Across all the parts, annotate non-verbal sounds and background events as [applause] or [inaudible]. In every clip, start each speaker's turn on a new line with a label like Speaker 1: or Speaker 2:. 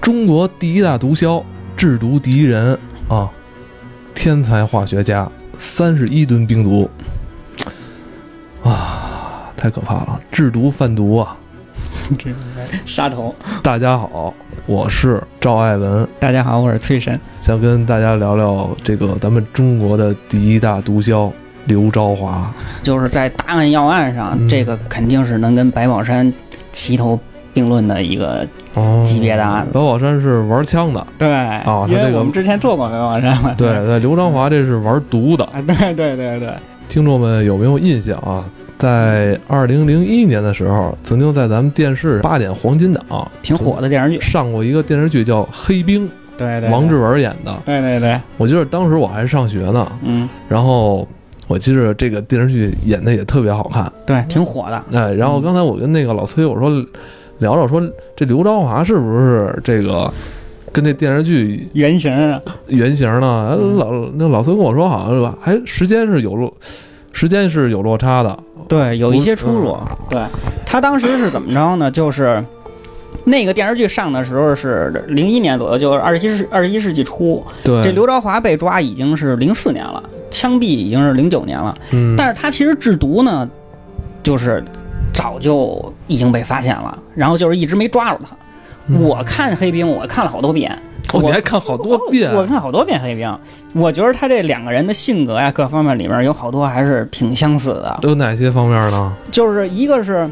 Speaker 1: 中国第一大毒枭，制毒第一人啊，天才化学家，三十一吨冰毒，啊，太可怕了！制毒贩毒啊！
Speaker 2: 这应该杀头。
Speaker 1: 大家好，我是赵爱文，
Speaker 2: 大家好，我是崔神。
Speaker 1: 想跟大家聊聊这个咱们中国的第一大毒枭刘昭华。
Speaker 2: 就是在大案要案上，
Speaker 1: 嗯
Speaker 2: 这个肯定是能跟白宝山齐头并论的一个。
Speaker 1: 哦
Speaker 2: 级别的啊案子
Speaker 1: 白宝山是玩枪的，
Speaker 2: 对，
Speaker 1: 哦他
Speaker 2: 因
Speaker 1: 这
Speaker 2: 为
Speaker 1: 个
Speaker 2: 我们之前做过白宝山嘛。
Speaker 1: 对对，刘章华这是玩毒的。
Speaker 2: 啊， [laughs] 对对对对，
Speaker 1: 听众们有没有印象啊？在二零零一年的时候，曾经在咱们电视八点黄金档
Speaker 2: 挺火的电视剧。
Speaker 1: 上过一个电视剧叫《黑冰
Speaker 2: 对对，》，对
Speaker 1: 王志。文演的。
Speaker 2: 对对对，
Speaker 1: 我记得当时我还上学呢，
Speaker 2: 嗯，
Speaker 1: 然后我记着这个电视剧演的也特别好看。
Speaker 2: 对，挺火的。
Speaker 1: 哎，然后
Speaker 2: 嗯
Speaker 1: 刚才我跟那个老崔我说聊聊说，这刘昭华是不是这个跟这电视剧
Speaker 2: 原型啊，
Speaker 1: 原型呢？哎
Speaker 2: 嗯
Speaker 1: 老那老崔跟我说，好像是吧，还时间是有落，时间是有落差的。
Speaker 2: 对，有一些出入
Speaker 1: 嗯。
Speaker 2: 对他当时是怎么着呢？就是那个电视剧上的时候是零一年左右，就是二十一世二十一世纪初。
Speaker 1: 对，
Speaker 2: 这刘朝华被抓已经是零四年了，枪毙已经是零九年了。
Speaker 1: 嗯，
Speaker 2: 但是他其实制毒呢，就是早就已经被发现了，然后就是一直没抓住他。
Speaker 1: 嗯
Speaker 2: 我看《黑冰》，我看了好多遍，
Speaker 1: 哦，你
Speaker 2: 我
Speaker 1: 还看好多遍，
Speaker 2: 我看好多遍《黑冰》，我觉得他这两个人的性格呀，各方面里面有好多还是挺相似的。
Speaker 1: 有哪些方面呢？
Speaker 2: 就是一个是，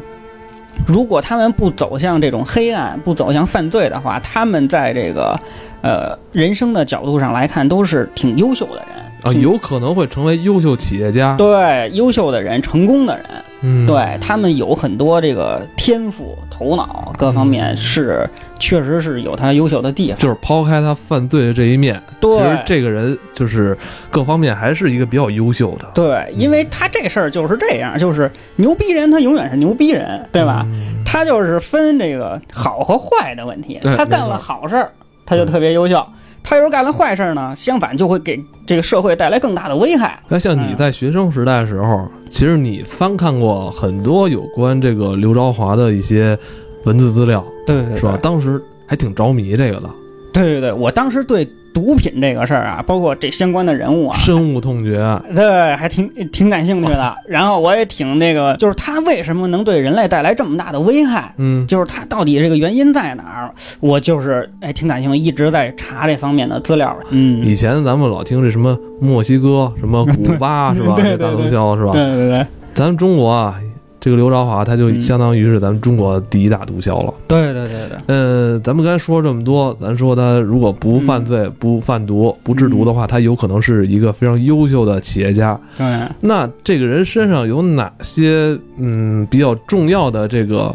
Speaker 2: 如果他们不走向这种黑暗，不走向犯罪的话，他们在这个呃人生的角度上来看，都是挺优秀的人
Speaker 1: 啊，
Speaker 2: 挺
Speaker 1: 有可能会成为优秀企业家。
Speaker 2: 对优秀的人、成功的人，
Speaker 1: 啊嗯，
Speaker 2: 对他们有很多这个天赋、头脑各方面是确实是有他优秀的地方。
Speaker 1: 嗯就是抛开他犯罪的这一面，其实
Speaker 2: 对。
Speaker 1: 这个人就是各方面还是一个比较优秀的，
Speaker 2: 对，因为他这事儿就是这样，就是牛逼人，他永远是牛逼人，对吧？
Speaker 1: 嗯？
Speaker 2: 他就是分这个好和坏的问题。
Speaker 1: 哎
Speaker 2: 他干了好事儿，他就特别优秀；他要是干了坏事儿呢，相反就会给这个社会带来更大的危害。
Speaker 1: 那像你
Speaker 2: 嗯
Speaker 1: 在学生时代的时候，其实你翻看过很多有关这个刘昭华的一些文字资料，
Speaker 2: 对对
Speaker 1: 是吧？？当时还挺着迷这个的，
Speaker 2: 对对对，我当时对毒品这个事儿啊，包括这相关的人物啊。
Speaker 1: 深恶痛绝。啊
Speaker 2: 对，还挺挺感兴趣的。然后我也挺那个，就是他为什么能对人类带来这么大的危害，
Speaker 1: 嗯，
Speaker 2: 就是他到底这个原因在哪儿？我就是哎挺感兴趣，一直在查这方面的资料。嗯，
Speaker 1: 以前咱们老听这什么墨西哥、什么古巴是吧？
Speaker 2: [laughs] 对
Speaker 1: 这
Speaker 2: 对
Speaker 1: 大毒
Speaker 2: 对
Speaker 1: 枭是吧？
Speaker 2: 对对对
Speaker 1: 咱们中国啊，这个刘朝华他就
Speaker 2: 嗯
Speaker 1: 相当于是咱们中国第一大毒枭了。
Speaker 2: 对对对对。
Speaker 1: 呃，咱们刚才说这么多，咱说他如果不犯罪、
Speaker 2: 嗯
Speaker 1: 不贩毒、不制毒的话，他有可能是一个非常优秀的企业家。
Speaker 2: 对，
Speaker 1: 那这个人身上有哪些嗯比较重要的这个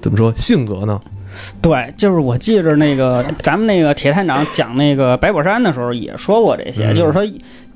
Speaker 1: 怎么说性格呢？
Speaker 2: 对，就是我记着那个咱们那个铁探长讲那个白宝山的时候也说过这些，
Speaker 1: 嗯
Speaker 2: 就是说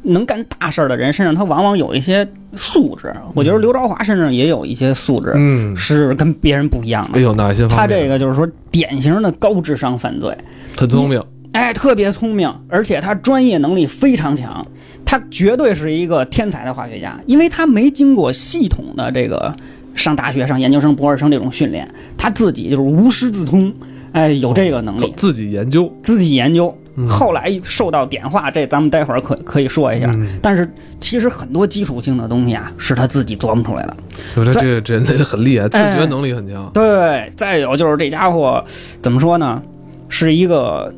Speaker 2: 能干大事儿的人身上他往往有一些素质。我觉得刘朝华身上也有一些素质、
Speaker 1: 嗯，
Speaker 2: 是跟别人不一样
Speaker 1: 哎
Speaker 2: 的。
Speaker 1: 呦，哪些方面？
Speaker 2: 他这个就是说典型的高智商犯罪，
Speaker 1: 很聪明，
Speaker 2: 哎，特别聪明，而且他专业能力非常强，他绝对是一个天才的化学家，因为他没经过系统的这个上大学、上研究生、博士生这种训练，他自己就是无师自通，哎，有这个能力。
Speaker 1: 自己研究。
Speaker 2: 自己研究
Speaker 1: 嗯，
Speaker 2: 后来受到点化，这咱们待会儿可可以说一下。
Speaker 1: 嗯，
Speaker 2: 但是其实很多基础性的东西啊，是他自己琢磨出来的。
Speaker 1: 我这
Speaker 2: 在
Speaker 1: 这这人很厉害，自
Speaker 2: 哎
Speaker 1: 学能力很强。
Speaker 2: 对，再有就是这家伙怎么说呢，是一个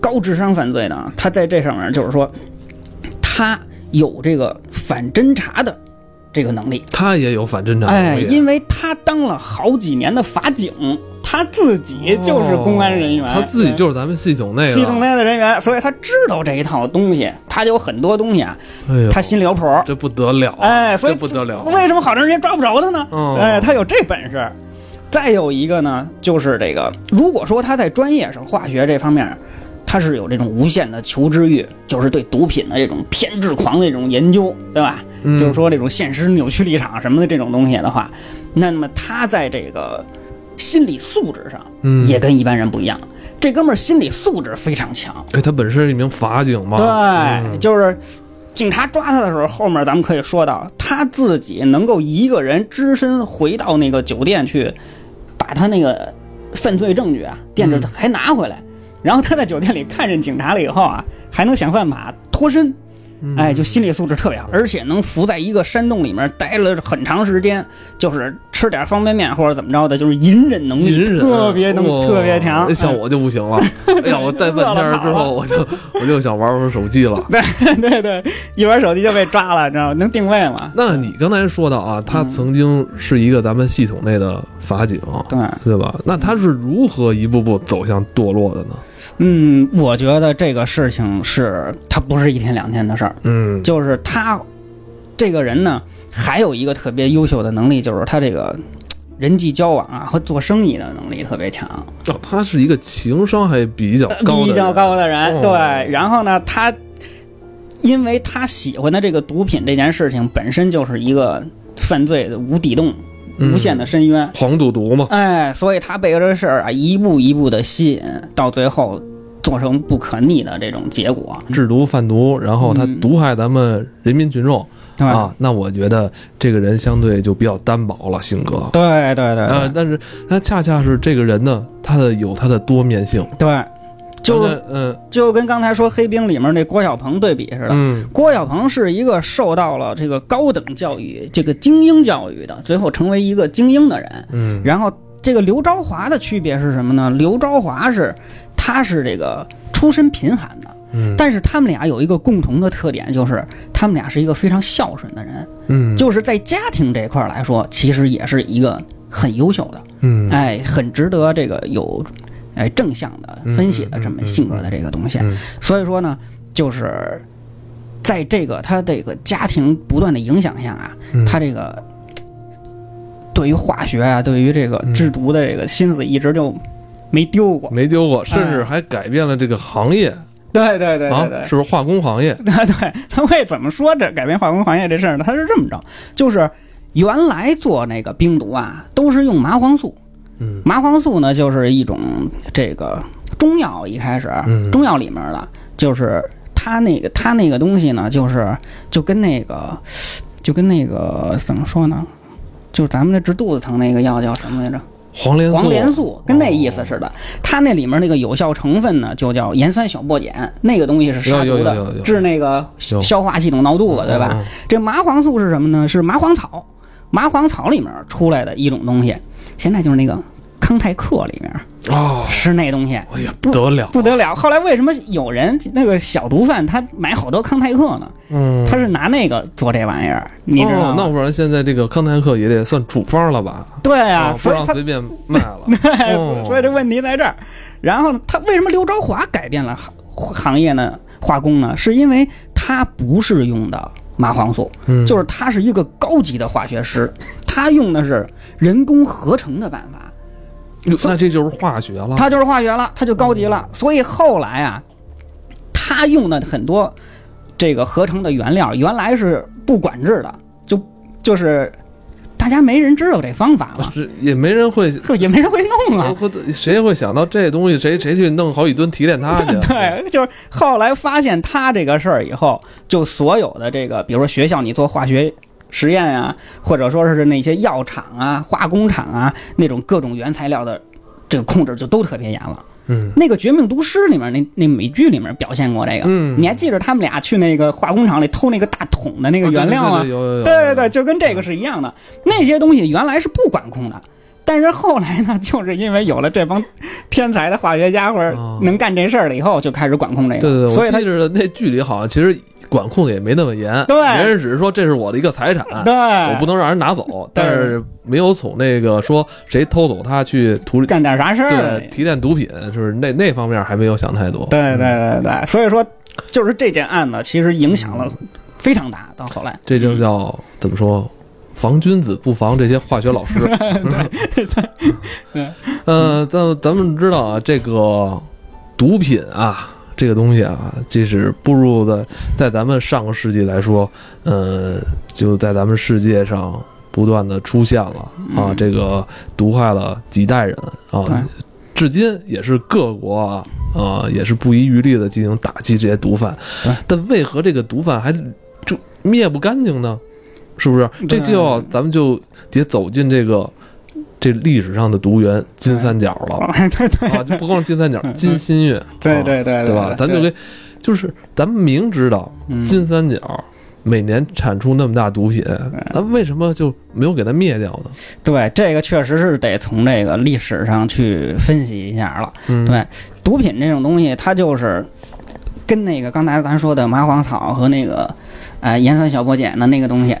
Speaker 2: 高智商犯罪呢。他在这上面就是说，他有这个反侦查的这个能力。
Speaker 1: 他也有反侦查
Speaker 2: 哎，
Speaker 1: 能力，
Speaker 2: 因为他当了好几年的法警，他自己就是公安人员，
Speaker 1: 哦他自己
Speaker 2: 对
Speaker 1: 就是咱们系统内的
Speaker 2: 系统内的人员，所以他知道这一套东西，他有很多东西啊，
Speaker 1: 哎呦，
Speaker 2: 他心里有谱。
Speaker 1: 这不得了啊，
Speaker 2: 哎所以
Speaker 1: 这不得了啊，
Speaker 2: 为什么好长时间抓不着他呢？
Speaker 1: 哦
Speaker 2: 哎，他有这本事。再有一个呢，就是这个，如果说他在专业上化学这方面，他是有这种无限的求知欲，就是对毒品的这种偏执狂的这种研究，对吧？
Speaker 1: 嗯
Speaker 2: 就是说这种现实扭曲立场什么的这种东西的话，那么他在这个心理素质上
Speaker 1: 嗯
Speaker 2: 也跟一般人不一样。这哥们儿心理素质非常强，
Speaker 1: 哎，他本身是一名法警嘛，啊嗯
Speaker 2: 对，就是警察抓他的时候，后面咱们可以说到他自己能够一个人只身回到那个酒店去，把他那个犯罪证据啊、垫着还拿回来。然后他在酒店里看见警察了以后啊，还能想办法脱身，哎，就心理素质特别好，而且能伏在一个山洞里面待了很长时间，就是吃点方便面或者怎么着的，就是隐忍能力
Speaker 1: 隐忍
Speaker 2: 特别能
Speaker 1: 哇
Speaker 2: 特别强。
Speaker 1: 像我就不行了。哎呀，我带半天之后，我就我就想玩玩手机了。
Speaker 2: [laughs] 对对，一玩手机就被抓了，你知道吗？能定位吗？
Speaker 1: 那你刚才说到啊，他曾经是一个咱们系统内的法警，
Speaker 2: 对，
Speaker 1: 对吧？那他是如何一步步走向堕落的呢？
Speaker 2: 嗯，我觉得这个事情是他不是一天两天的事儿，
Speaker 1: 嗯，
Speaker 2: 就是他这个人呢，还有一个特别优秀的能力，就是他这个人际交往啊和做生意的能力特别强，
Speaker 1: 哦，他是一个情商还比较高的人，
Speaker 2: 比较高的人。
Speaker 1: 哦
Speaker 2: 对，呃然后呢，他因为他喜欢的这个毒品这件事情本身就是一个犯罪的无底洞、
Speaker 1: 嗯
Speaker 2: 无限的深渊。
Speaker 1: 黄赌毒嘛。
Speaker 2: 哎，所以他被这事儿啊一步一步的吸引，到最后做成不可逆的这种结果，
Speaker 1: 制毒贩毒，然后他
Speaker 2: 嗯
Speaker 1: 毒害咱们人民群众、
Speaker 2: 对吧？
Speaker 1: 啊，那我觉得这个人相对就比较单薄了，性格。
Speaker 2: 对对对
Speaker 1: 呃，
Speaker 2: 对
Speaker 1: 但是他恰恰是这个人呢，他的有他的多面性，呃
Speaker 2: 对，就
Speaker 1: 咱们
Speaker 2: 就跟刚才说《黑冰》里面那郭小鹏对比似的。
Speaker 1: 嗯
Speaker 2: 郭小鹏是一个受到了这个高等教育、这个精英教育的，最后成为一个精英的人。
Speaker 1: 嗯
Speaker 2: 然后这个刘昭华的区别是什么呢？刘昭华是他是这个出身贫寒的，
Speaker 1: 嗯
Speaker 2: 但是他们俩有一个共同的特点，就是他们俩是一个非常孝顺的人，
Speaker 1: 嗯
Speaker 2: 就是在家庭这块儿来说，其实也是一个很优秀的，
Speaker 1: 嗯
Speaker 2: 哎，很值得这个有哎正向的分析的这
Speaker 1: 嗯嗯
Speaker 2: 么
Speaker 1: 嗯
Speaker 2: 性格的这个东西。
Speaker 1: 嗯
Speaker 2: 所以说呢，就是在这个他这个家庭不断的影响下啊，
Speaker 1: 嗯
Speaker 2: 他这个嘖对于化学啊，对于这个
Speaker 1: 嗯
Speaker 2: 制毒的这个心思一直就没丢过。
Speaker 1: 没丢过，甚至还改变了这个行业、
Speaker 2: 对对对对
Speaker 1: 啊，
Speaker 2: 对。
Speaker 1: 是不是化工行业？
Speaker 2: 对对， [laughs] 他为怎么说这改变化工行业这事儿呢？他是这么着，就是原来做那个冰毒啊，都是用麻黄素。
Speaker 1: 嗯，
Speaker 2: 麻黄素呢，就是一种这个中药，一开始
Speaker 1: 嗯
Speaker 2: 中药里面的，就是它那个它那个东西呢，就是就跟那个就跟那个怎么说呢？就是咱们那治肚子疼那个药叫什么来着？
Speaker 1: 黄连素，哦
Speaker 2: 黄连素，跟那意思似的。它那里面那个有效成分呢，就叫盐酸小檗碱，那个东西是杀
Speaker 1: 有有
Speaker 2: 毒
Speaker 1: 有有
Speaker 2: 的
Speaker 1: 有，
Speaker 2: 治那个
Speaker 1: 行
Speaker 2: 消化系统闹肚子，对吧？？这麻黄素是什么呢？是麻黄草，麻黄草里面出来的一种东西，现在就是那个康泰克里面
Speaker 1: 哦，
Speaker 2: 是那东西，
Speaker 1: 哎呀，不得了，
Speaker 2: 不得了。后来为什么有人那个小毒贩他买好多康泰克呢？
Speaker 1: 嗯，
Speaker 2: 他是拿那个做这玩意儿，你知道
Speaker 1: 哦，那
Speaker 2: 吗？
Speaker 1: 不然现在这个康泰克也得算处方了吧？
Speaker 2: 对啊，
Speaker 1: 哦不
Speaker 2: 所以
Speaker 1: 让
Speaker 2: 他
Speaker 1: 随便卖
Speaker 2: [laughs]
Speaker 1: 了。
Speaker 2: 哎
Speaker 1: 哦
Speaker 2: 所以这问题在这儿。然后呢，他为什么刘昭华改变了行行业呢？化工呢？是因为他不是用的麻黄素，
Speaker 1: 嗯
Speaker 2: 就是他是一个高级的化学师，他用的是人工合成的办法，
Speaker 1: 哟那这就是化学了。
Speaker 2: 他就是化学了，他就高级了。
Speaker 1: 嗯
Speaker 2: 所以后来啊，他用的很多这个合成的原料，原来是不管制的，就就是大家没人知道这方法
Speaker 1: [laughs]
Speaker 2: 了，
Speaker 1: 是也没人会，
Speaker 2: 是吧也没人会弄啊。
Speaker 1: 会谁会想到这东西谁谁去弄好几吨提炼它去？啊
Speaker 2: [laughs] 对，就是后来发现他这个事儿以后，就所有的这个，比如说学校你做化学实验啊，或者说是那些药厂啊、化工厂啊那种各种原材料的这个控制就都特别严了。
Speaker 1: 嗯
Speaker 2: 那个《绝命毒师》里面那那美剧里面表现过这个，
Speaker 1: 嗯，
Speaker 2: 你还记着他们俩去那个化工厂里偷那个大桶的那
Speaker 1: 那
Speaker 2: 个原料啊吗？
Speaker 1: 有有有，
Speaker 2: 哦对对对，，就跟这个是一样的。那些东西原来是不管控的，但是后来呢， [laughs] 就是因为有了这帮天才的化学家或者
Speaker 1: 哦
Speaker 2: 能干这事儿了以后，就开始管控这个。
Speaker 1: 对对对，
Speaker 2: 所以
Speaker 1: 我
Speaker 2: 他
Speaker 1: 记着那剧里好像其实管控的也没那么严，
Speaker 2: 对
Speaker 1: 别人只是说这是我的一个财产，
Speaker 2: 对，
Speaker 1: 我不能让人拿走，
Speaker 2: 对
Speaker 1: 但是没有从那个说谁偷走它去图
Speaker 2: 干点啥事儿了
Speaker 1: 对。提炼毒品，就是那那方面还没有想太多。
Speaker 2: 对对对
Speaker 1: 嗯
Speaker 2: 对，所以说就是这件案子其实影响了非常大，到后来
Speaker 1: 这就叫怎么说？防君子不防这些化学老
Speaker 2: [laughs]
Speaker 1: 师。 [laughs] 呃，咱咱们知道啊，这个毒品啊，这个东西啊，这是步入的，在咱们上个世纪来说，呃，就在咱们世界上不断的出现了啊，
Speaker 2: 嗯
Speaker 1: 这个毒害了几代人啊
Speaker 2: 对，
Speaker 1: 至今也是各国啊。啊、也是不遗余力的进行打击这些毒贩
Speaker 2: 对，
Speaker 1: 但为何这个毒贩还就灭不干净呢？是不是？这
Speaker 2: 对
Speaker 1: 就要咱们就得走进这个这历史上的毒源金三角了、
Speaker 2: 对对对
Speaker 1: 啊，就不光是金三角，金新月，
Speaker 2: [laughs] 对
Speaker 1: 啊
Speaker 2: 对对
Speaker 1: 对吧？咱就给，就是咱们明知道
Speaker 2: 嗯
Speaker 1: 金三角每年产出那么大毒品，咱为什么就没有给它灭掉呢？
Speaker 2: 对这个确实是得从这个历史上去分析一下了。
Speaker 1: 嗯，
Speaker 2: 对毒品这种东西，它就是跟那个刚才咱说的麻黄草和那个呃盐酸小檗碱的那个东西，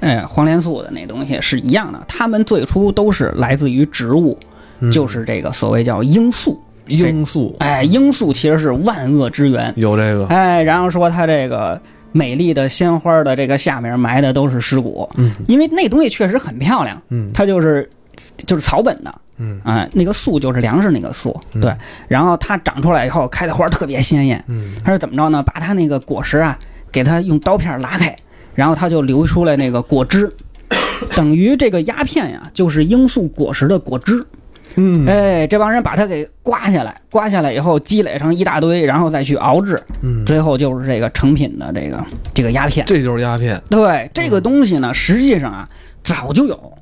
Speaker 2: 哎、黄连素的那东西是一样的。它们最初都是来自于植物，
Speaker 1: 嗯
Speaker 2: 就是这个所谓叫罂粟。
Speaker 1: 罂粟
Speaker 2: 哎，罂粟其实是万恶之源。
Speaker 1: 有这个，
Speaker 2: 哎，然后说它这个美丽的鲜花的这个下面埋的都是尸骨，
Speaker 1: 嗯
Speaker 2: 因为那东西确实很漂亮，
Speaker 1: 嗯
Speaker 2: 它就是就是草本的，
Speaker 1: 嗯
Speaker 2: 啊、那个粟就是粮食那个粟，
Speaker 1: 嗯
Speaker 2: 对，然后它长出来以后开的花特别鲜艳，
Speaker 1: 嗯
Speaker 2: 它是怎么着呢？把它那个果实啊，给它用刀片拉开，然后它就流出来那个果汁。 [coughs] 等于这个鸦片呀、就是罂粟果实的果汁。
Speaker 1: 嗯
Speaker 2: 哎，这帮人把它给刮下来，刮下来以后积累成一大堆，然后再去熬制，
Speaker 1: 嗯，
Speaker 2: 最后就是这个成品的这个这个鸦片。
Speaker 1: 这就是鸦片，
Speaker 2: 对这
Speaker 1: 嗯
Speaker 2: 个东西呢，实际上啊早就有。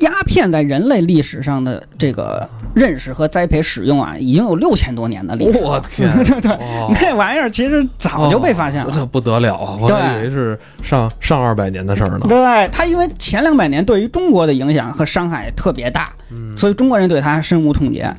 Speaker 2: 鸦片在人类历史上的这个认识和栽培使用啊，已经有六千多年的历史了。
Speaker 1: 我天
Speaker 2: [laughs] 对对，
Speaker 1: 哦
Speaker 2: 那玩意儿其实早就被发现了。
Speaker 1: 这不得了啊！我还以为是上上二百年的事儿呢。
Speaker 2: 对它，因为前两百年对于中国的影响和伤害特别大，所以中国人对它深恶痛绝。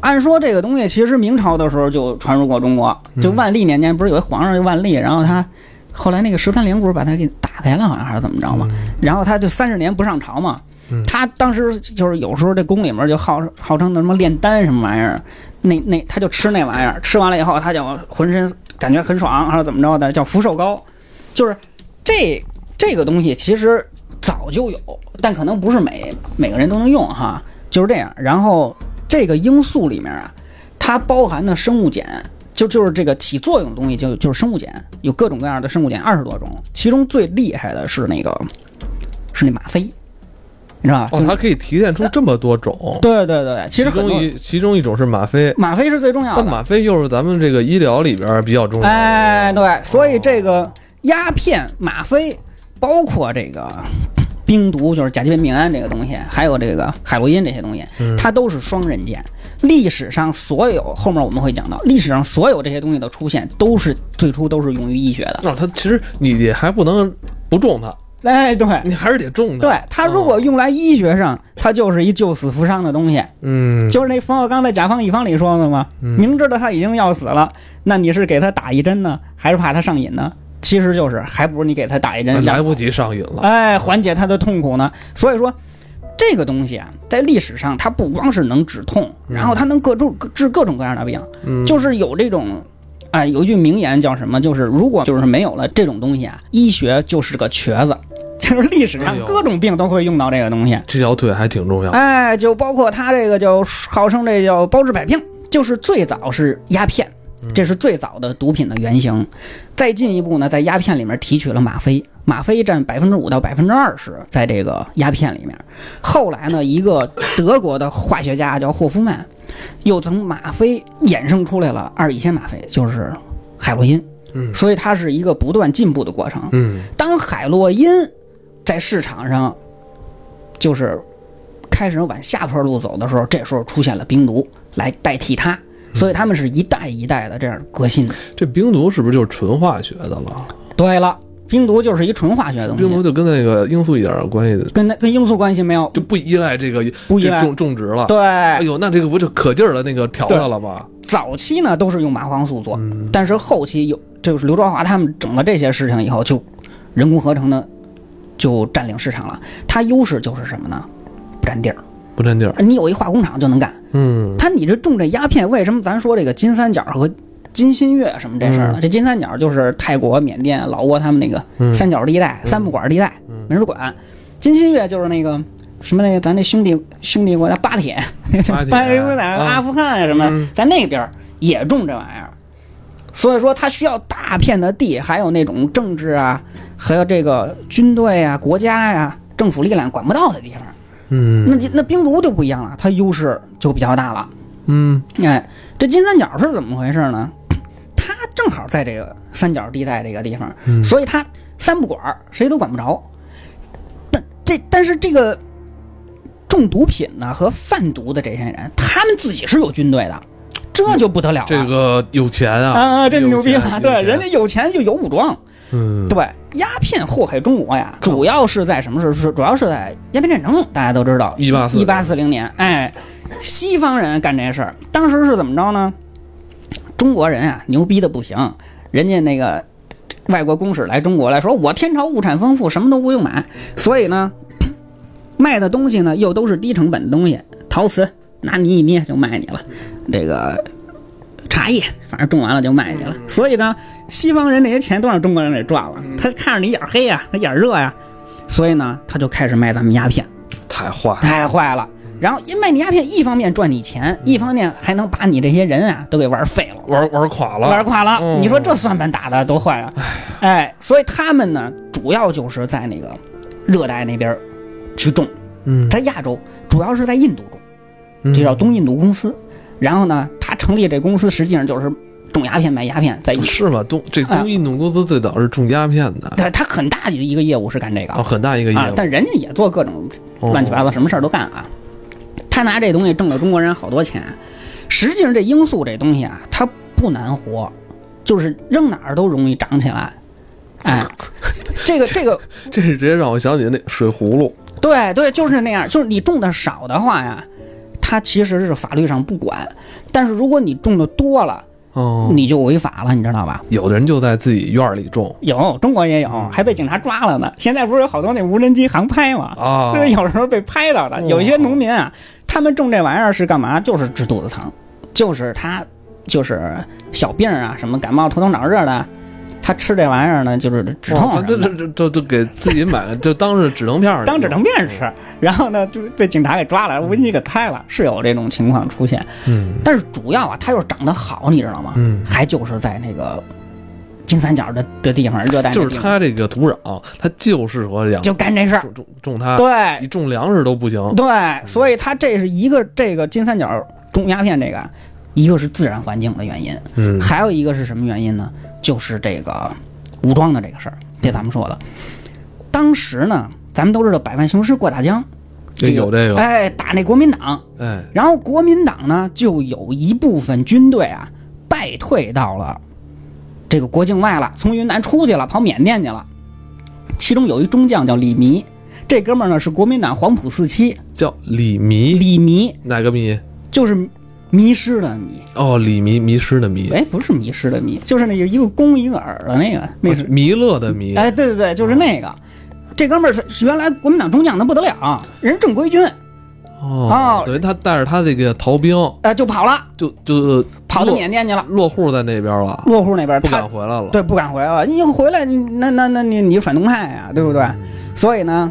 Speaker 2: 按说这个东西其实明朝的时候就传入过中国，就万历年间不是有一皇上叫万历，然后他后来那个十三陵不是把他给打开了，好像还是怎么着嘛，然后他就三十年不上朝嘛。他当时就是有时候这宫里面就号号称的什么炼丹什么玩意儿，那那他就吃那玩意儿，吃完了以后他就浑身感觉很爽，还是怎么着的，叫福寿膏，就是这这个东西其实早就有，但可能不是每每个人都能用哈，就是这样。然后这个罂粟里面啊，它包含的生物碱，就就是这个起作用的东西就就是生物碱，有各种各样的生物碱，二十多种，其中最厉害的是那个是那吗啡，你知道吧？
Speaker 1: 哦
Speaker 2: 就，
Speaker 1: 它可以提炼出这么多种，
Speaker 2: 对对对对，其实
Speaker 1: 其中
Speaker 2: 很多嗯
Speaker 1: 一其中一种是吗啡，
Speaker 2: 吗啡是最重要的
Speaker 1: 但。吗啡又是咱们这个医疗里边儿比较重要的。
Speaker 2: 哎，对，所以这
Speaker 1: 哦
Speaker 2: 个鸦片、吗啡，包括这个冰毒，就是甲基苯丙胺这个东西，还有这个海洛因这些东西，它都是双刃剑。历史上所有后面我们会讲到，历史上所有这些东西的出现，都是最初都是用于医学的。
Speaker 1: 那它其实你也还不能不种它，
Speaker 2: 哎，对。
Speaker 1: 你还是得种它。
Speaker 2: 对它如果用来医学上，它就是一救死扶伤的东西，
Speaker 1: 嗯，
Speaker 2: 就是那冯小刚在《甲方乙方》里说的嘛，明知道他已经要死了，那你是给他打一针呢，还是怕他上瘾呢？其实就是还不如你给他打一针，
Speaker 1: 来
Speaker 2: 让
Speaker 1: 不及上瘾了。
Speaker 2: 哎缓解他的痛苦呢。所以说，这个东西啊，在历史上它不光是能止痛，
Speaker 1: 嗯
Speaker 2: 然后它能各种治各种各样的病，就是有这种。哎，有一句名言叫什么？就是如果就是没有了这种东西啊，医学就是个瘸子， [laughs] 就是历史
Speaker 1: 哎
Speaker 2: 上
Speaker 1: 呦
Speaker 2: 各种病都会用到这个东西。
Speaker 1: 这条腿还挺重要。
Speaker 2: 哎，就包括他这个叫号称这叫包治百病，就是最早是鸦片，
Speaker 1: 嗯
Speaker 2: 这是最早的毒品的原型。再进一步呢，在鸦片里面提取了吗啡，吗啡占百分之五到百分之二十，在这个鸦片里面。后来呢，一个德国的化学家叫霍夫曼，又从吗啡衍生出来了二乙酰吗啡，就是海洛因。
Speaker 1: 嗯
Speaker 2: 所以它是一个不断进步的过程。
Speaker 1: 嗯，
Speaker 2: 当海洛因在市场上就是开始往下坡路走的时候，这时候出现了冰毒来代替它，
Speaker 1: 嗯
Speaker 2: 所以他们是一代一代的这样革新的。
Speaker 1: 这冰毒是不是就是纯化学的了？
Speaker 2: 对了，冰毒就是一纯化学的东西，
Speaker 1: 冰毒就跟那个罂粟一点儿关系的，
Speaker 2: 跟那跟罂粟关系没有。
Speaker 1: 就不依赖这个
Speaker 2: 不依赖
Speaker 1: 这种种植了。
Speaker 2: 对，
Speaker 1: 哎呦，那这个不就可劲儿的那个调料了吧？
Speaker 2: 早期呢都是用麻黄素做，
Speaker 1: 嗯
Speaker 2: 但是后期有就是刘卓华他们整了这些事情以后，就人工合成的就占领市场了。它优势就是什么呢？不占地儿，
Speaker 1: 不占地儿。
Speaker 2: 你有一化工厂就能干。
Speaker 1: 嗯，
Speaker 2: 他你这种这鸦片，为什么咱说这个金三角和金新月什么这事儿呢？
Speaker 1: 嗯
Speaker 2: 这金三角就是泰国、缅甸、老挝他们那个三角地带、
Speaker 1: 嗯
Speaker 2: 三不管地带，没人管。金新月就是那个什么那个咱那兄弟兄弟国家巴铁，
Speaker 1: 巴铁
Speaker 2: 巴基斯坦、
Speaker 1: 嗯
Speaker 2: 阿富汗啊什么，
Speaker 1: 嗯
Speaker 2: 在那边儿也种这玩意儿。所以说，它需要大片的地，还有那种政治啊，还有这个军队啊、国家呀、政府力量管不到的地方。
Speaker 1: 嗯
Speaker 2: 那你那冰毒就不一样了，它优势就比较大了。
Speaker 1: 嗯
Speaker 2: 哎，这金三角是怎么回事呢？它正好在这个三角地带这个地方，所以它三不管儿，谁都管不着。但这但是这个中毒品呢和贩毒的这些人，他们自己是有军队的，这就不得了了。
Speaker 1: 这个有钱啊！
Speaker 2: 啊，这
Speaker 1: 有
Speaker 2: 牛逼
Speaker 1: 钱
Speaker 2: 了！
Speaker 1: 有
Speaker 2: 对，
Speaker 1: 钱
Speaker 2: 人家有钱就有武装。
Speaker 1: 嗯，
Speaker 2: 对，鸦片祸害中国呀，主要是在什么时候？是主要是在鸦片战争，大家都知道，
Speaker 1: 1840
Speaker 2: 一八四零年，哎，西方人干这事儿，当时是怎么着呢？中国人啊，牛逼的不行，人家那个外国公使来中国来说，我天朝物产丰富，什么都不用买，所以呢， [clears throat] 卖的东西呢又都是低成本的东西，陶瓷拿泥一捏就卖你了，这个茶叶反正种完了就卖你了，所以呢，西方人那些钱都让中国人给赚了，他看着你眼儿黑啊呀、他眼儿热呀、所以呢，他就开始卖咱们鸦片，
Speaker 1: 太坏了，
Speaker 2: 太坏了。然后因卖你鸦片，一方面赚你钱，
Speaker 1: 嗯
Speaker 2: 一方面还能把你这些人啊都给玩废了。
Speaker 1: 玩玩垮了，
Speaker 2: 玩垮了。
Speaker 1: 嗯
Speaker 2: 你说这算盘打的多坏啊！哎，所以他们呢，主要就是在那个热带那边儿去种，
Speaker 1: 嗯，
Speaker 2: 在亚洲主要是在印度种，
Speaker 1: 嗯
Speaker 2: 这叫东印度公司。然后呢，他成立这公司实际上就是种鸦片卖鸦片，在印度。
Speaker 1: 是吗？东这
Speaker 2: 哎
Speaker 1: 东印度公司最早是种鸦片的，
Speaker 2: 他他很大的一个业务是干这个
Speaker 1: 啊，很大一个业
Speaker 2: 啊，
Speaker 1: 务，
Speaker 2: 但人家也做各种
Speaker 1: 哦
Speaker 2: 乱七八糟，什么事儿都干啊。他拿这东西挣了中国人好多钱。实际上，这罂粟这东西啊，它不难活，就是扔哪儿都容易长起来。 [laughs] 哎，这个这个，
Speaker 1: 这是直接让我想起那水葫芦，
Speaker 2: 对对，就是那样。就是你种的少的话呀，它其实是法律上不管；但是如果你种的多了，
Speaker 1: 哦，
Speaker 2: 你就违法了，你知道吧？嗯
Speaker 1: 有的人就在自己院儿里种
Speaker 2: 有，中国也有，还被警察抓了呢。现在不是有好多那无人机航拍吗？
Speaker 1: 啊，
Speaker 2: 那有时候被拍到的。
Speaker 1: 哦
Speaker 2: 有一些农民啊，他们种这玩意儿是干嘛？就是治肚子疼，就是他就是小病啊，什么感冒、头疼脑热的，他吃这玩意儿呢，就是止痛
Speaker 1: 哇
Speaker 2: 什
Speaker 1: 这
Speaker 2: 么的
Speaker 1: 这这这这给自己买，就当是止疼片儿，
Speaker 2: 当止疼片
Speaker 1: 嗯
Speaker 2: 吃。 [laughs] 然后呢，就被警察给抓了，无人机给拍了，是有这种情况出现。
Speaker 1: 嗯，
Speaker 2: 但是主要啊，它又长得好，你知道吗？
Speaker 1: 嗯
Speaker 2: 还就是在那个金三角的的地方，热带那
Speaker 1: 就是
Speaker 2: 地方
Speaker 1: 它这个土壤，它就适合养
Speaker 2: 就干这事儿。
Speaker 1: 种种种它，
Speaker 2: 对，
Speaker 1: 你种粮食都不行，
Speaker 2: 对，所以它这是一个这个金三角种鸦片这个，啊一个是自然环境的原因，
Speaker 1: 嗯
Speaker 2: 还有一个是什么原因呢？就是这个武装的这个事儿，这咱们说了。当时呢，咱们都知道百万雄师过大江，
Speaker 1: 就有这个，
Speaker 2: 哎，打那国民党，
Speaker 1: 哎，
Speaker 2: 然后国民党呢就有一部分军队啊败退到了这个国境外了，从云南出去了，跑缅甸去了。其中有一中将叫李弥，这哥们儿呢是国民党黄埔四期，
Speaker 1: 叫李迷，
Speaker 2: 李弥
Speaker 1: 哪个迷？
Speaker 2: 就是迷失的迷，
Speaker 1: 哦，李迷迷失的迷，
Speaker 2: 哎，不是迷失的迷，就是那个一个弓一个耳的那个，那是，
Speaker 1: 啊弥勒的弥，
Speaker 2: 哎，对对对，就是那个。这哥们儿是原来国民党中将，那不得了，啊人正规军，
Speaker 1: 哦
Speaker 2: 哦，
Speaker 1: 等于他带着他这个逃兵，
Speaker 2: 呃，就跑了，
Speaker 1: 就就
Speaker 2: 跑到
Speaker 1: 落
Speaker 2: 缅甸去了，
Speaker 1: 落户在那边了，
Speaker 2: 落户那边，
Speaker 1: 不
Speaker 2: 嗯他
Speaker 1: 敢回来了。
Speaker 2: 对不敢回来了，你回来，你那那那你你反动派呀、对不对？
Speaker 1: 嗯
Speaker 2: 所以呢，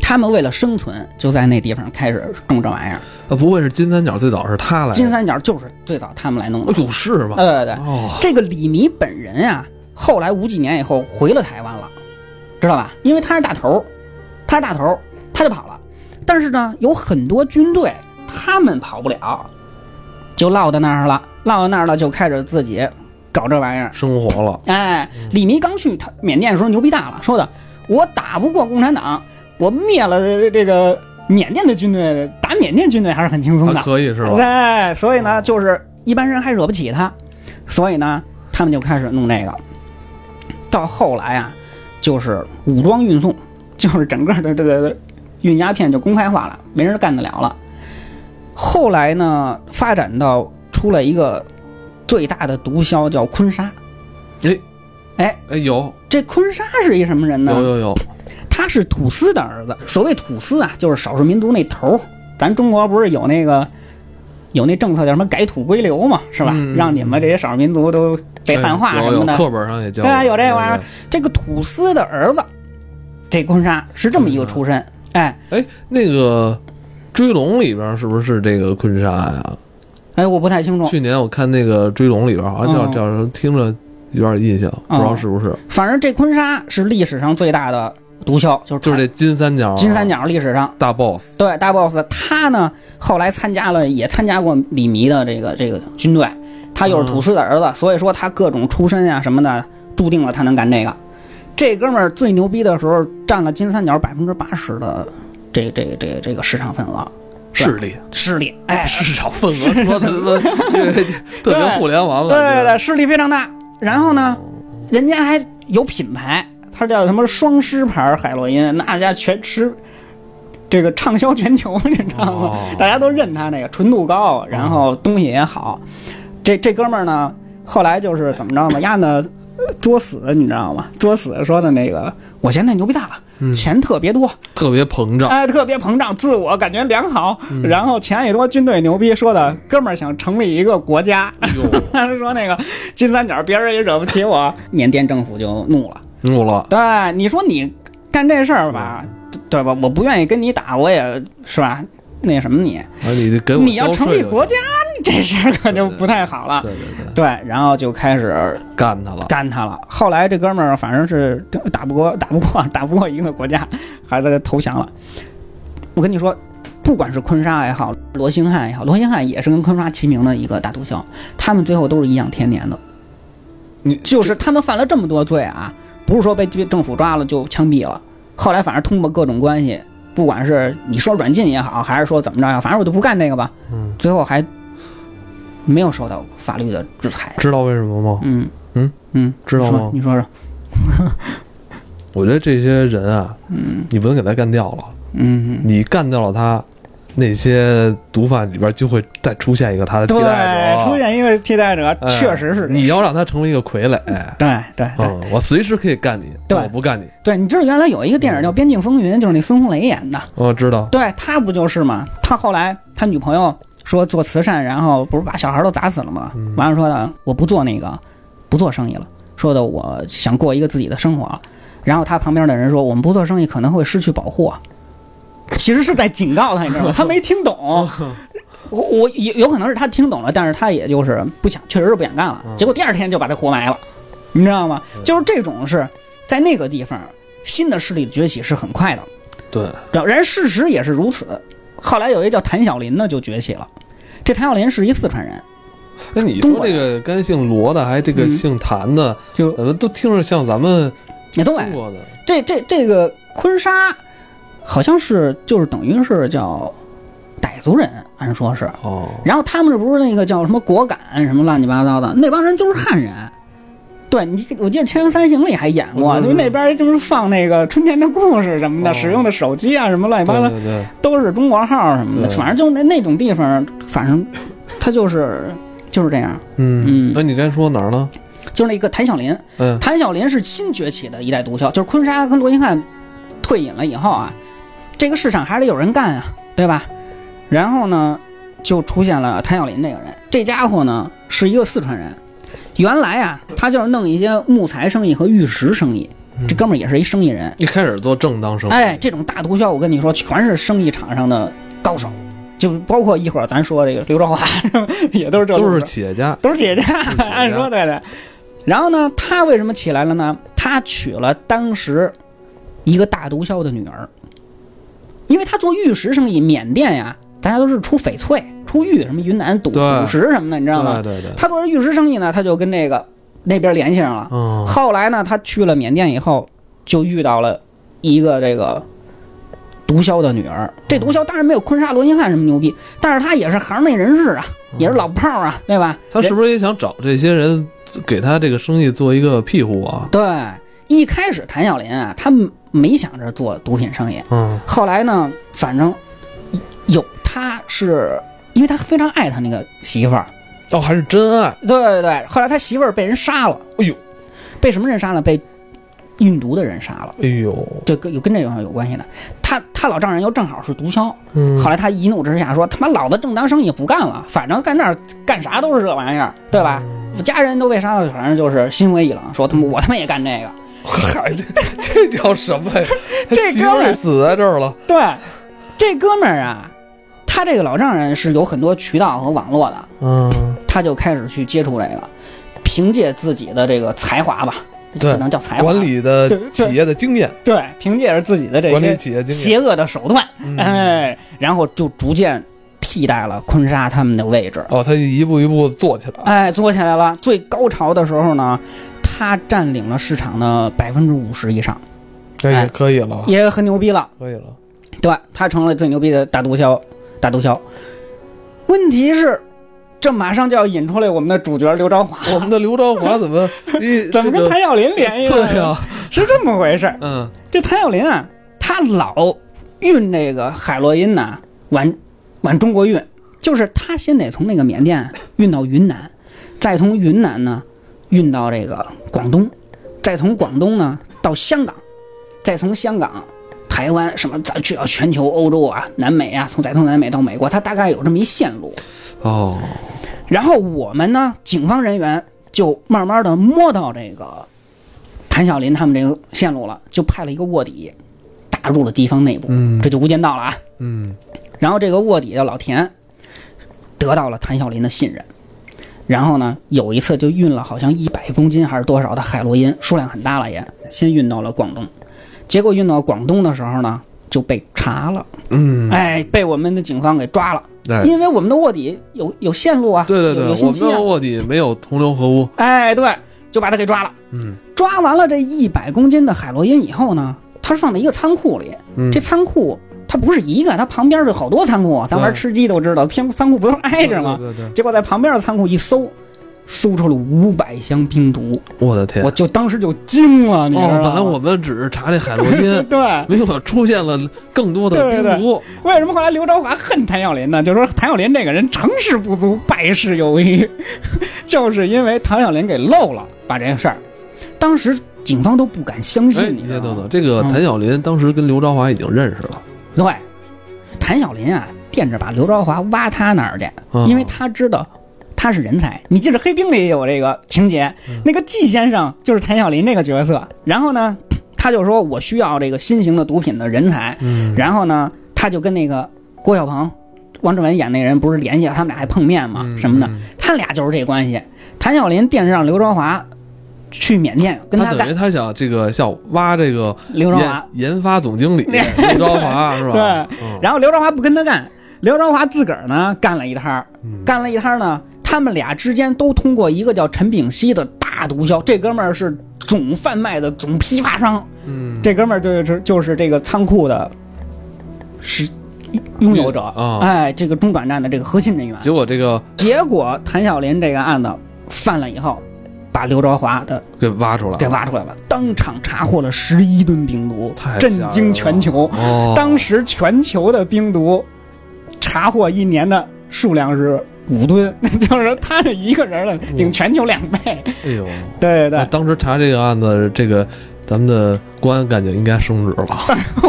Speaker 2: 他们为了生存，就在那地方开始种这玩意儿。
Speaker 1: 啊，不会是金三角最早是他来的？
Speaker 2: 金三角就是最早他们来弄的
Speaker 1: 哎，呦是吗？
Speaker 2: 对对对。
Speaker 1: 哦，
Speaker 2: 这个李弥本人啊，后来五几年以后回了台湾了，知道吧？因为他是大头儿，他是大头儿，他就跑了。但是呢，有很多军队他们跑不了，就落到那儿了，落到那儿了就开始自己搞这玩意儿。
Speaker 1: 生活了，
Speaker 2: 哎，
Speaker 1: 嗯
Speaker 2: 李弥刚去他缅甸的时候牛逼大了，说的我打不过共产党，我灭了这个缅甸的军队，打缅甸军队还是很轻松的
Speaker 1: 啊，。可以是吧？嗯
Speaker 2: 对，所以呢，就是一般人还惹不起他，所以呢，他们就开始弄这个。到后来啊，就是武装运送，就是整个的这个运鸦片就公开化了，没人干得了了。后来呢，发展到出了一个最大的毒枭叫坤沙。
Speaker 1: 哎
Speaker 2: 哎，
Speaker 1: 哎，有
Speaker 2: 这坤沙是一什么人
Speaker 1: 有
Speaker 2: 呢？
Speaker 1: 有有，
Speaker 2: 他是土司的儿子。所谓土司啊，就是少数民族那头儿。咱中国不是有那个有那政策叫什么改土归流嘛，是吧？
Speaker 1: 嗯
Speaker 2: 让你们这些少数民族都被汉化
Speaker 1: 哎有
Speaker 2: 什么
Speaker 1: 有
Speaker 2: 的。
Speaker 1: 课本上也教
Speaker 2: 对啊
Speaker 1: 过
Speaker 2: 有这玩意儿。
Speaker 1: 对
Speaker 2: 这个土司的儿子，这坤沙是这么一个出身。哎
Speaker 1: 对哎，那个《追龙》里边是不是这个啊坤沙呀？
Speaker 2: 哎，我不太清楚，
Speaker 1: 去年我看那个《追龙》里边好像叫
Speaker 2: 嗯
Speaker 1: 叫什么，听着有点印象，不
Speaker 2: 哦
Speaker 1: 知道是不是，
Speaker 2: 反正这坤沙是历史上最大的毒枭，就是
Speaker 1: 就是这金三角，
Speaker 2: 金三角历史上
Speaker 1: 大 boss，
Speaker 2: 对，大 boss 他呢，后来参加了，也参加过李弥的这个这个军队，他又是土司的儿子，所以说他各种出身啊呀、什么的，注定了他能干这个。这哥们儿最牛逼的时候，占了金三角百分之八十的这这这这个市场份额
Speaker 1: 势力、
Speaker 2: 势力，哎，
Speaker 1: 市场份 [laughs] 额，说的特别互联网
Speaker 2: 对
Speaker 1: 感觉，
Speaker 2: 对对，势力非常大。然后呢，人家还有品牌，它叫什么双狮牌海洛因，那家全吃。这个畅销全球， [laughs] 你知道吗？
Speaker 1: 哦
Speaker 2: 大家都认它那个纯度高，然后东西也好。这这哥们儿呢，后来就是怎么着嘛，丫呢作死，你知道吗？作死说的那个，我现在牛逼大了，
Speaker 1: 嗯
Speaker 2: 钱特别多，
Speaker 1: 特别膨胀，
Speaker 2: 哎，特别膨胀，自我感觉良好，然后钱也多，军队牛逼，说的哥们儿想成立一个国家，
Speaker 1: 哟，
Speaker 2: [laughs] 他说那个金三角，别人也惹不起我。缅甸政府就怒了，
Speaker 1: 怒了，
Speaker 2: 对，你说你干这事儿
Speaker 1: 嗯
Speaker 2: 吧，对吧？我不愿意跟你打，我也是吧？那什么你，
Speaker 1: 啊，你得给我
Speaker 2: 你要
Speaker 1: 交
Speaker 2: 成
Speaker 1: 税
Speaker 2: 立
Speaker 1: 就
Speaker 2: 国家，你这事儿可就
Speaker 1: 对对
Speaker 2: 不太好了。
Speaker 1: 对对对，
Speaker 2: 对，然后就开始
Speaker 1: 干他了，
Speaker 2: 干他了。后来这哥们儿反正是打不过，打不过， [laughs] 打不过一个国家，还在这投降了。我跟你说，不管是坤沙也好，罗兴汉也好，罗兴汉也是跟坤沙齐名的一个大毒枭，他们最后都是颐养天年的。
Speaker 1: 你
Speaker 2: 就是他们犯了这么多罪啊，不是说被被政府抓了就枪毙了，后来反正通过各种关系，不管是你说软禁也好，还是说怎么着呀，反正我就不干这个吧。
Speaker 1: 嗯，
Speaker 2: 最后还没有受到法律的制裁。
Speaker 1: 知道为什么吗？
Speaker 2: 嗯
Speaker 1: 嗯
Speaker 2: 嗯，
Speaker 1: 知道
Speaker 2: 你说
Speaker 1: 吗
Speaker 2: 你说说，
Speaker 1: 我觉得这些人啊，
Speaker 2: 嗯
Speaker 1: 你不能给他干掉了，
Speaker 2: 嗯，
Speaker 1: 你干掉了他，那些毒贩里边就会再出现一个他的替
Speaker 2: 对，
Speaker 1: 代者，
Speaker 2: 出现一个替代者，
Speaker 1: 哎
Speaker 2: 确实是这样
Speaker 1: 你要让他成为一个傀儡，
Speaker 2: [laughs] 对对对
Speaker 1: 嗯，我随时可以干你，
Speaker 2: 对
Speaker 1: 但我不干你，
Speaker 2: 对，你知道原来有一个电影叫《边境风云》，就是那孙红雷演的，
Speaker 1: 我嗯知道，
Speaker 2: 对他不就是嘛？他后来他女朋友说做慈善，然后不是把小孩都砸死了吗？完了说的我不做那个，不做生意了，说的我想过一个自己的生活了。然后他旁边的人说我们不做生意可能会失去保护，啊其实是在警告他，你知道吗？他没听懂。我我有有可能是他听懂了，但是他也就是不想，确实是不想干了。结果第二天就把他活埋了，你知道吗？就是这种是在那个地方，新的势力的崛起是很快的。
Speaker 1: 对，
Speaker 2: 然然事实也是如此。后来有一个叫谭小林的就崛起了，这谭小林是一四川人，
Speaker 1: 那哎你
Speaker 2: 中
Speaker 1: 说
Speaker 2: 国
Speaker 1: 这
Speaker 2: 人
Speaker 1: 个跟姓罗的，还这个
Speaker 2: 嗯
Speaker 1: 姓谭的，
Speaker 2: 就
Speaker 1: 怎么都听着像咱们
Speaker 2: 也都
Speaker 1: 中
Speaker 2: 哎，
Speaker 1: 国的？
Speaker 2: 这这这个坤沙好像是就是等于是叫傣族人，按说是。
Speaker 1: 哦，
Speaker 2: 然后他们这不是那个叫什么果敢什么乱七八糟的，那帮人就是汉人。对你，我记得《锵锵三人行》里还演过，
Speaker 1: 嗯
Speaker 2: 就是那边就是放那个春天的故事什么的，
Speaker 1: 哦
Speaker 2: 使用的手机啊什么乱七八糟
Speaker 1: 对，对对，
Speaker 2: 都是中国号什么的，
Speaker 1: 对
Speaker 2: 反正就那那种地方，反正他就是就是这样，
Speaker 1: 嗯
Speaker 2: 嗯
Speaker 1: 那你该说哪儿了？
Speaker 2: 就是那个谭小林，
Speaker 1: 嗯，
Speaker 2: 谭小林是新崛起的一代毒枭，就是坤沙跟罗兴汉退隐了以后啊，这个市场还得有人干啊，对吧？然后呢，就出现了谭小林这个人，这家伙呢是一个四川人，原来啊他就是弄一些木材生意和玉石生意，这哥们儿也是一生意人，
Speaker 1: 一开始做正当生意，
Speaker 2: 哎，这种大毒枭，我跟你说，全是生意场上的高手，就包括一会儿咱说这个刘德华， [laughs] 也都是这路
Speaker 1: 都
Speaker 2: 子
Speaker 1: 是企业家，
Speaker 2: 都是姐姐
Speaker 1: 企业，家
Speaker 2: 按说对的。然后呢，他为什么起来了呢？他娶了当时一个大毒枭的女儿，因为他做玉石生意，缅甸呀，大家都是出翡翠、出玉，什么云南赌
Speaker 1: 对
Speaker 2: 赌石什么的，你知道
Speaker 1: 对
Speaker 2: 吗？
Speaker 1: 对对，
Speaker 2: 他做这玉石生意呢，他就跟那个那边联系上了。
Speaker 1: 嗯，
Speaker 2: 后来呢，他去了缅甸以后，就遇到了一个这个毒枭的女儿。这毒枭当然没有坤沙罗金汉什么牛逼，但是他也是行内人士啊，也是老炮儿啊，对吧？
Speaker 1: 嗯他是
Speaker 2: 人
Speaker 1: 不是也想找这些人给他这个生意做一个庇护啊？
Speaker 2: 对？一开始谭小林啊，他没想着做毒品生意，
Speaker 1: 嗯，
Speaker 2: 后来呢，反正有他是因为他非常爱他那个媳妇儿，
Speaker 1: 哦，还是真爱，
Speaker 2: 对对对。后来他媳妇儿被人杀了，
Speaker 1: 哎呦，
Speaker 2: 被什么人杀了？被运毒的人杀了。
Speaker 1: 哎呦，
Speaker 2: 这跟有跟这个有关系的。他他老丈人又正好是毒枭，
Speaker 1: 嗯
Speaker 2: 后来他一怒之下说：“他妈老子正当生意不干了，反正干那儿干啥都是这玩意儿，对吧？
Speaker 1: 嗯
Speaker 2: 我家人都被杀了，反正就是心灰意冷，说他妈我他妈也干这个。
Speaker 1: 嗨，嗯这这叫什么呀？他
Speaker 2: [laughs] 这
Speaker 1: 媳妇
Speaker 2: 哥们
Speaker 1: 儿
Speaker 2: 儿
Speaker 1: 死在这儿了，”
Speaker 2: 对，这哥们儿啊，他这个老丈人是有很多渠道和网络的，
Speaker 1: 嗯，
Speaker 2: 他就开始去接触这个，凭借自己的这个才华吧，
Speaker 1: 对
Speaker 2: 不能叫才华，
Speaker 1: 管理的
Speaker 2: 对对
Speaker 1: 企业的经验，
Speaker 2: 对，凭借着自己的这
Speaker 1: 管理
Speaker 2: 些
Speaker 1: 企业经验，
Speaker 2: 邪恶的手段，
Speaker 1: 嗯
Speaker 2: 哎，然后就逐渐替代了坤沙他们的位置。
Speaker 1: 哦，他一步一步做起来，
Speaker 2: 哎，做起来了。最高潮的时候呢，他占领了市场的百分之五十以上，
Speaker 1: 这也
Speaker 2: 哎
Speaker 1: 可以了，
Speaker 2: 也很牛逼了。
Speaker 1: 可以了，
Speaker 2: 对吧？他成了最牛逼的大毒枭，大毒枭。问题是，这马上就要引出来我们的主角刘朝华，
Speaker 1: 我们的刘朝华怎
Speaker 2: [laughs]
Speaker 1: 么你
Speaker 2: 怎
Speaker 1: 这
Speaker 2: 么跟
Speaker 1: 个
Speaker 2: 谭耀林联系了？
Speaker 1: 对啊呀，
Speaker 2: 是这么回事儿。
Speaker 1: 嗯
Speaker 2: 这谭耀林啊，他老运这个海洛因呐、往往中国运，就是他先得从那个缅甸运到云南，再从云南呢运到这个广东，再从广东呢到香港，再从香港。台湾什么，咱去到全球、欧洲啊、南美啊，从再从南美到美国，他大概有这么一线路。
Speaker 1: 哦，
Speaker 2: 然后我们呢，警方人员就慢慢的摸到这个谭晓林他们这个线路了，就派了一个卧底打入了敌方内部，
Speaker 1: 嗯
Speaker 2: 这就无间道了啊。
Speaker 1: 嗯
Speaker 2: 然后这个卧底的老田得到了谭晓林的信任，然后呢，有一次就运了好像一百公斤还是多少的海洛因，数量很大了也，先运到了广东，结果运到广东的时候呢，就被查了，
Speaker 1: 嗯，
Speaker 2: 哎，被我们的警方给抓了，
Speaker 1: 哎，
Speaker 2: 因为我们的卧底有有线路啊，
Speaker 1: 对对
Speaker 2: 有
Speaker 1: 对，
Speaker 2: 有
Speaker 1: 我
Speaker 2: 信
Speaker 1: 们
Speaker 2: 息啊
Speaker 1: 的，卧底没有同流合污，
Speaker 2: 哎，对，就把他给抓了。
Speaker 1: 嗯
Speaker 2: 抓完了这一百公斤的海洛因以后呢，他是放在一个仓库里。
Speaker 1: 嗯
Speaker 2: 这仓库它不是一个，它旁边是好多仓库。啊咱玩
Speaker 1: 对
Speaker 2: 吃鸡都知道，偏仓库不都是挨着吗？
Speaker 1: 对对对，
Speaker 2: 结果在旁边的仓库一搜，搜出了五百箱冰毒，
Speaker 1: 我的天，
Speaker 2: 我啊就当时就惊了，你知道
Speaker 1: 哦，
Speaker 2: 吗？
Speaker 1: 本来
Speaker 2: [laughs]
Speaker 1: 我们只是查这海洛因，
Speaker 2: 对，
Speaker 1: 没有出现了更多的
Speaker 2: 对对对
Speaker 1: 冰毒，
Speaker 2: 为什么后来刘朝华恨谭耀林呢？就是说谭耀林这个人成事不足，败事有余， [laughs] 就是因为谭耀林给漏了，把这个事儿，当时警方都不敢相
Speaker 1: 哎，
Speaker 2: 信，
Speaker 1: 你
Speaker 2: 知
Speaker 1: 先
Speaker 2: 道
Speaker 1: 等
Speaker 2: 吗
Speaker 1: 等，？这个
Speaker 2: 嗯
Speaker 1: 谭晓林当时跟刘朝华已经认识了，
Speaker 2: 对，谭晓林啊，惦着把刘朝华挖他那儿去，
Speaker 1: 嗯
Speaker 2: 因为他知道他是人才。你记着《黑冰》里也有这个情节，
Speaker 1: 嗯
Speaker 2: 那个季先生就是谭晓林这个角色。然后呢，他就说我需要这个新型的毒品的人才。
Speaker 1: 嗯
Speaker 2: 然后呢，他就跟那个郭晓鹏、王志文演那人不是联系，他们俩还碰面嘛
Speaker 1: 嗯
Speaker 2: 什么的，
Speaker 1: 嗯
Speaker 2: 他俩就是这关系。谭晓林惦着让刘朝华去缅甸跟
Speaker 1: 他等
Speaker 2: 干
Speaker 1: 于，他想这个想挖这个
Speaker 2: 刘朝华
Speaker 1: 研研发总经理刘朝华是吧？
Speaker 2: 对
Speaker 1: 嗯，
Speaker 2: 然后刘朝华不跟他干，刘朝华自个儿呢干了一摊儿，
Speaker 1: 嗯
Speaker 2: 干了一摊儿呢，他们俩之间都通过一个叫陈炳熙的大毒枭，这哥们儿是总贩卖的总批发商，
Speaker 1: 嗯，
Speaker 2: 这哥们儿就是就是这个仓库的，是拥有者
Speaker 1: 啊
Speaker 2: 哎，这个中转站的这个核心人员。
Speaker 1: 结果这个
Speaker 2: 结果谭晓林这个案子犯了以后，把刘朝华的
Speaker 1: 给挖出来
Speaker 2: 给
Speaker 1: 了，
Speaker 2: 挖出来了，当场查获了十一吨冰毒
Speaker 1: 太，吓人
Speaker 2: 震惊全球。
Speaker 1: 了哦，
Speaker 2: 当时全球的冰毒查获一年的数量是五吨， [laughs] 就是他这一个人儿的顶全球两倍。
Speaker 1: 哎呦，
Speaker 2: 对对
Speaker 1: 那
Speaker 2: 对，
Speaker 1: 当时查这个案子，这个咱们的公安干警应该升职
Speaker 2: [laughs]
Speaker 1: 了。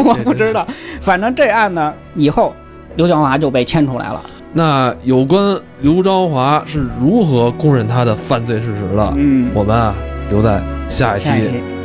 Speaker 2: 我不知道，反正这案呢以后刘江华就被牵出来了。
Speaker 1: 那有关刘朝华是如何供认他的犯罪事实的，
Speaker 2: 嗯，
Speaker 1: 我们啊留在下一
Speaker 2: 下一期
Speaker 1: 期。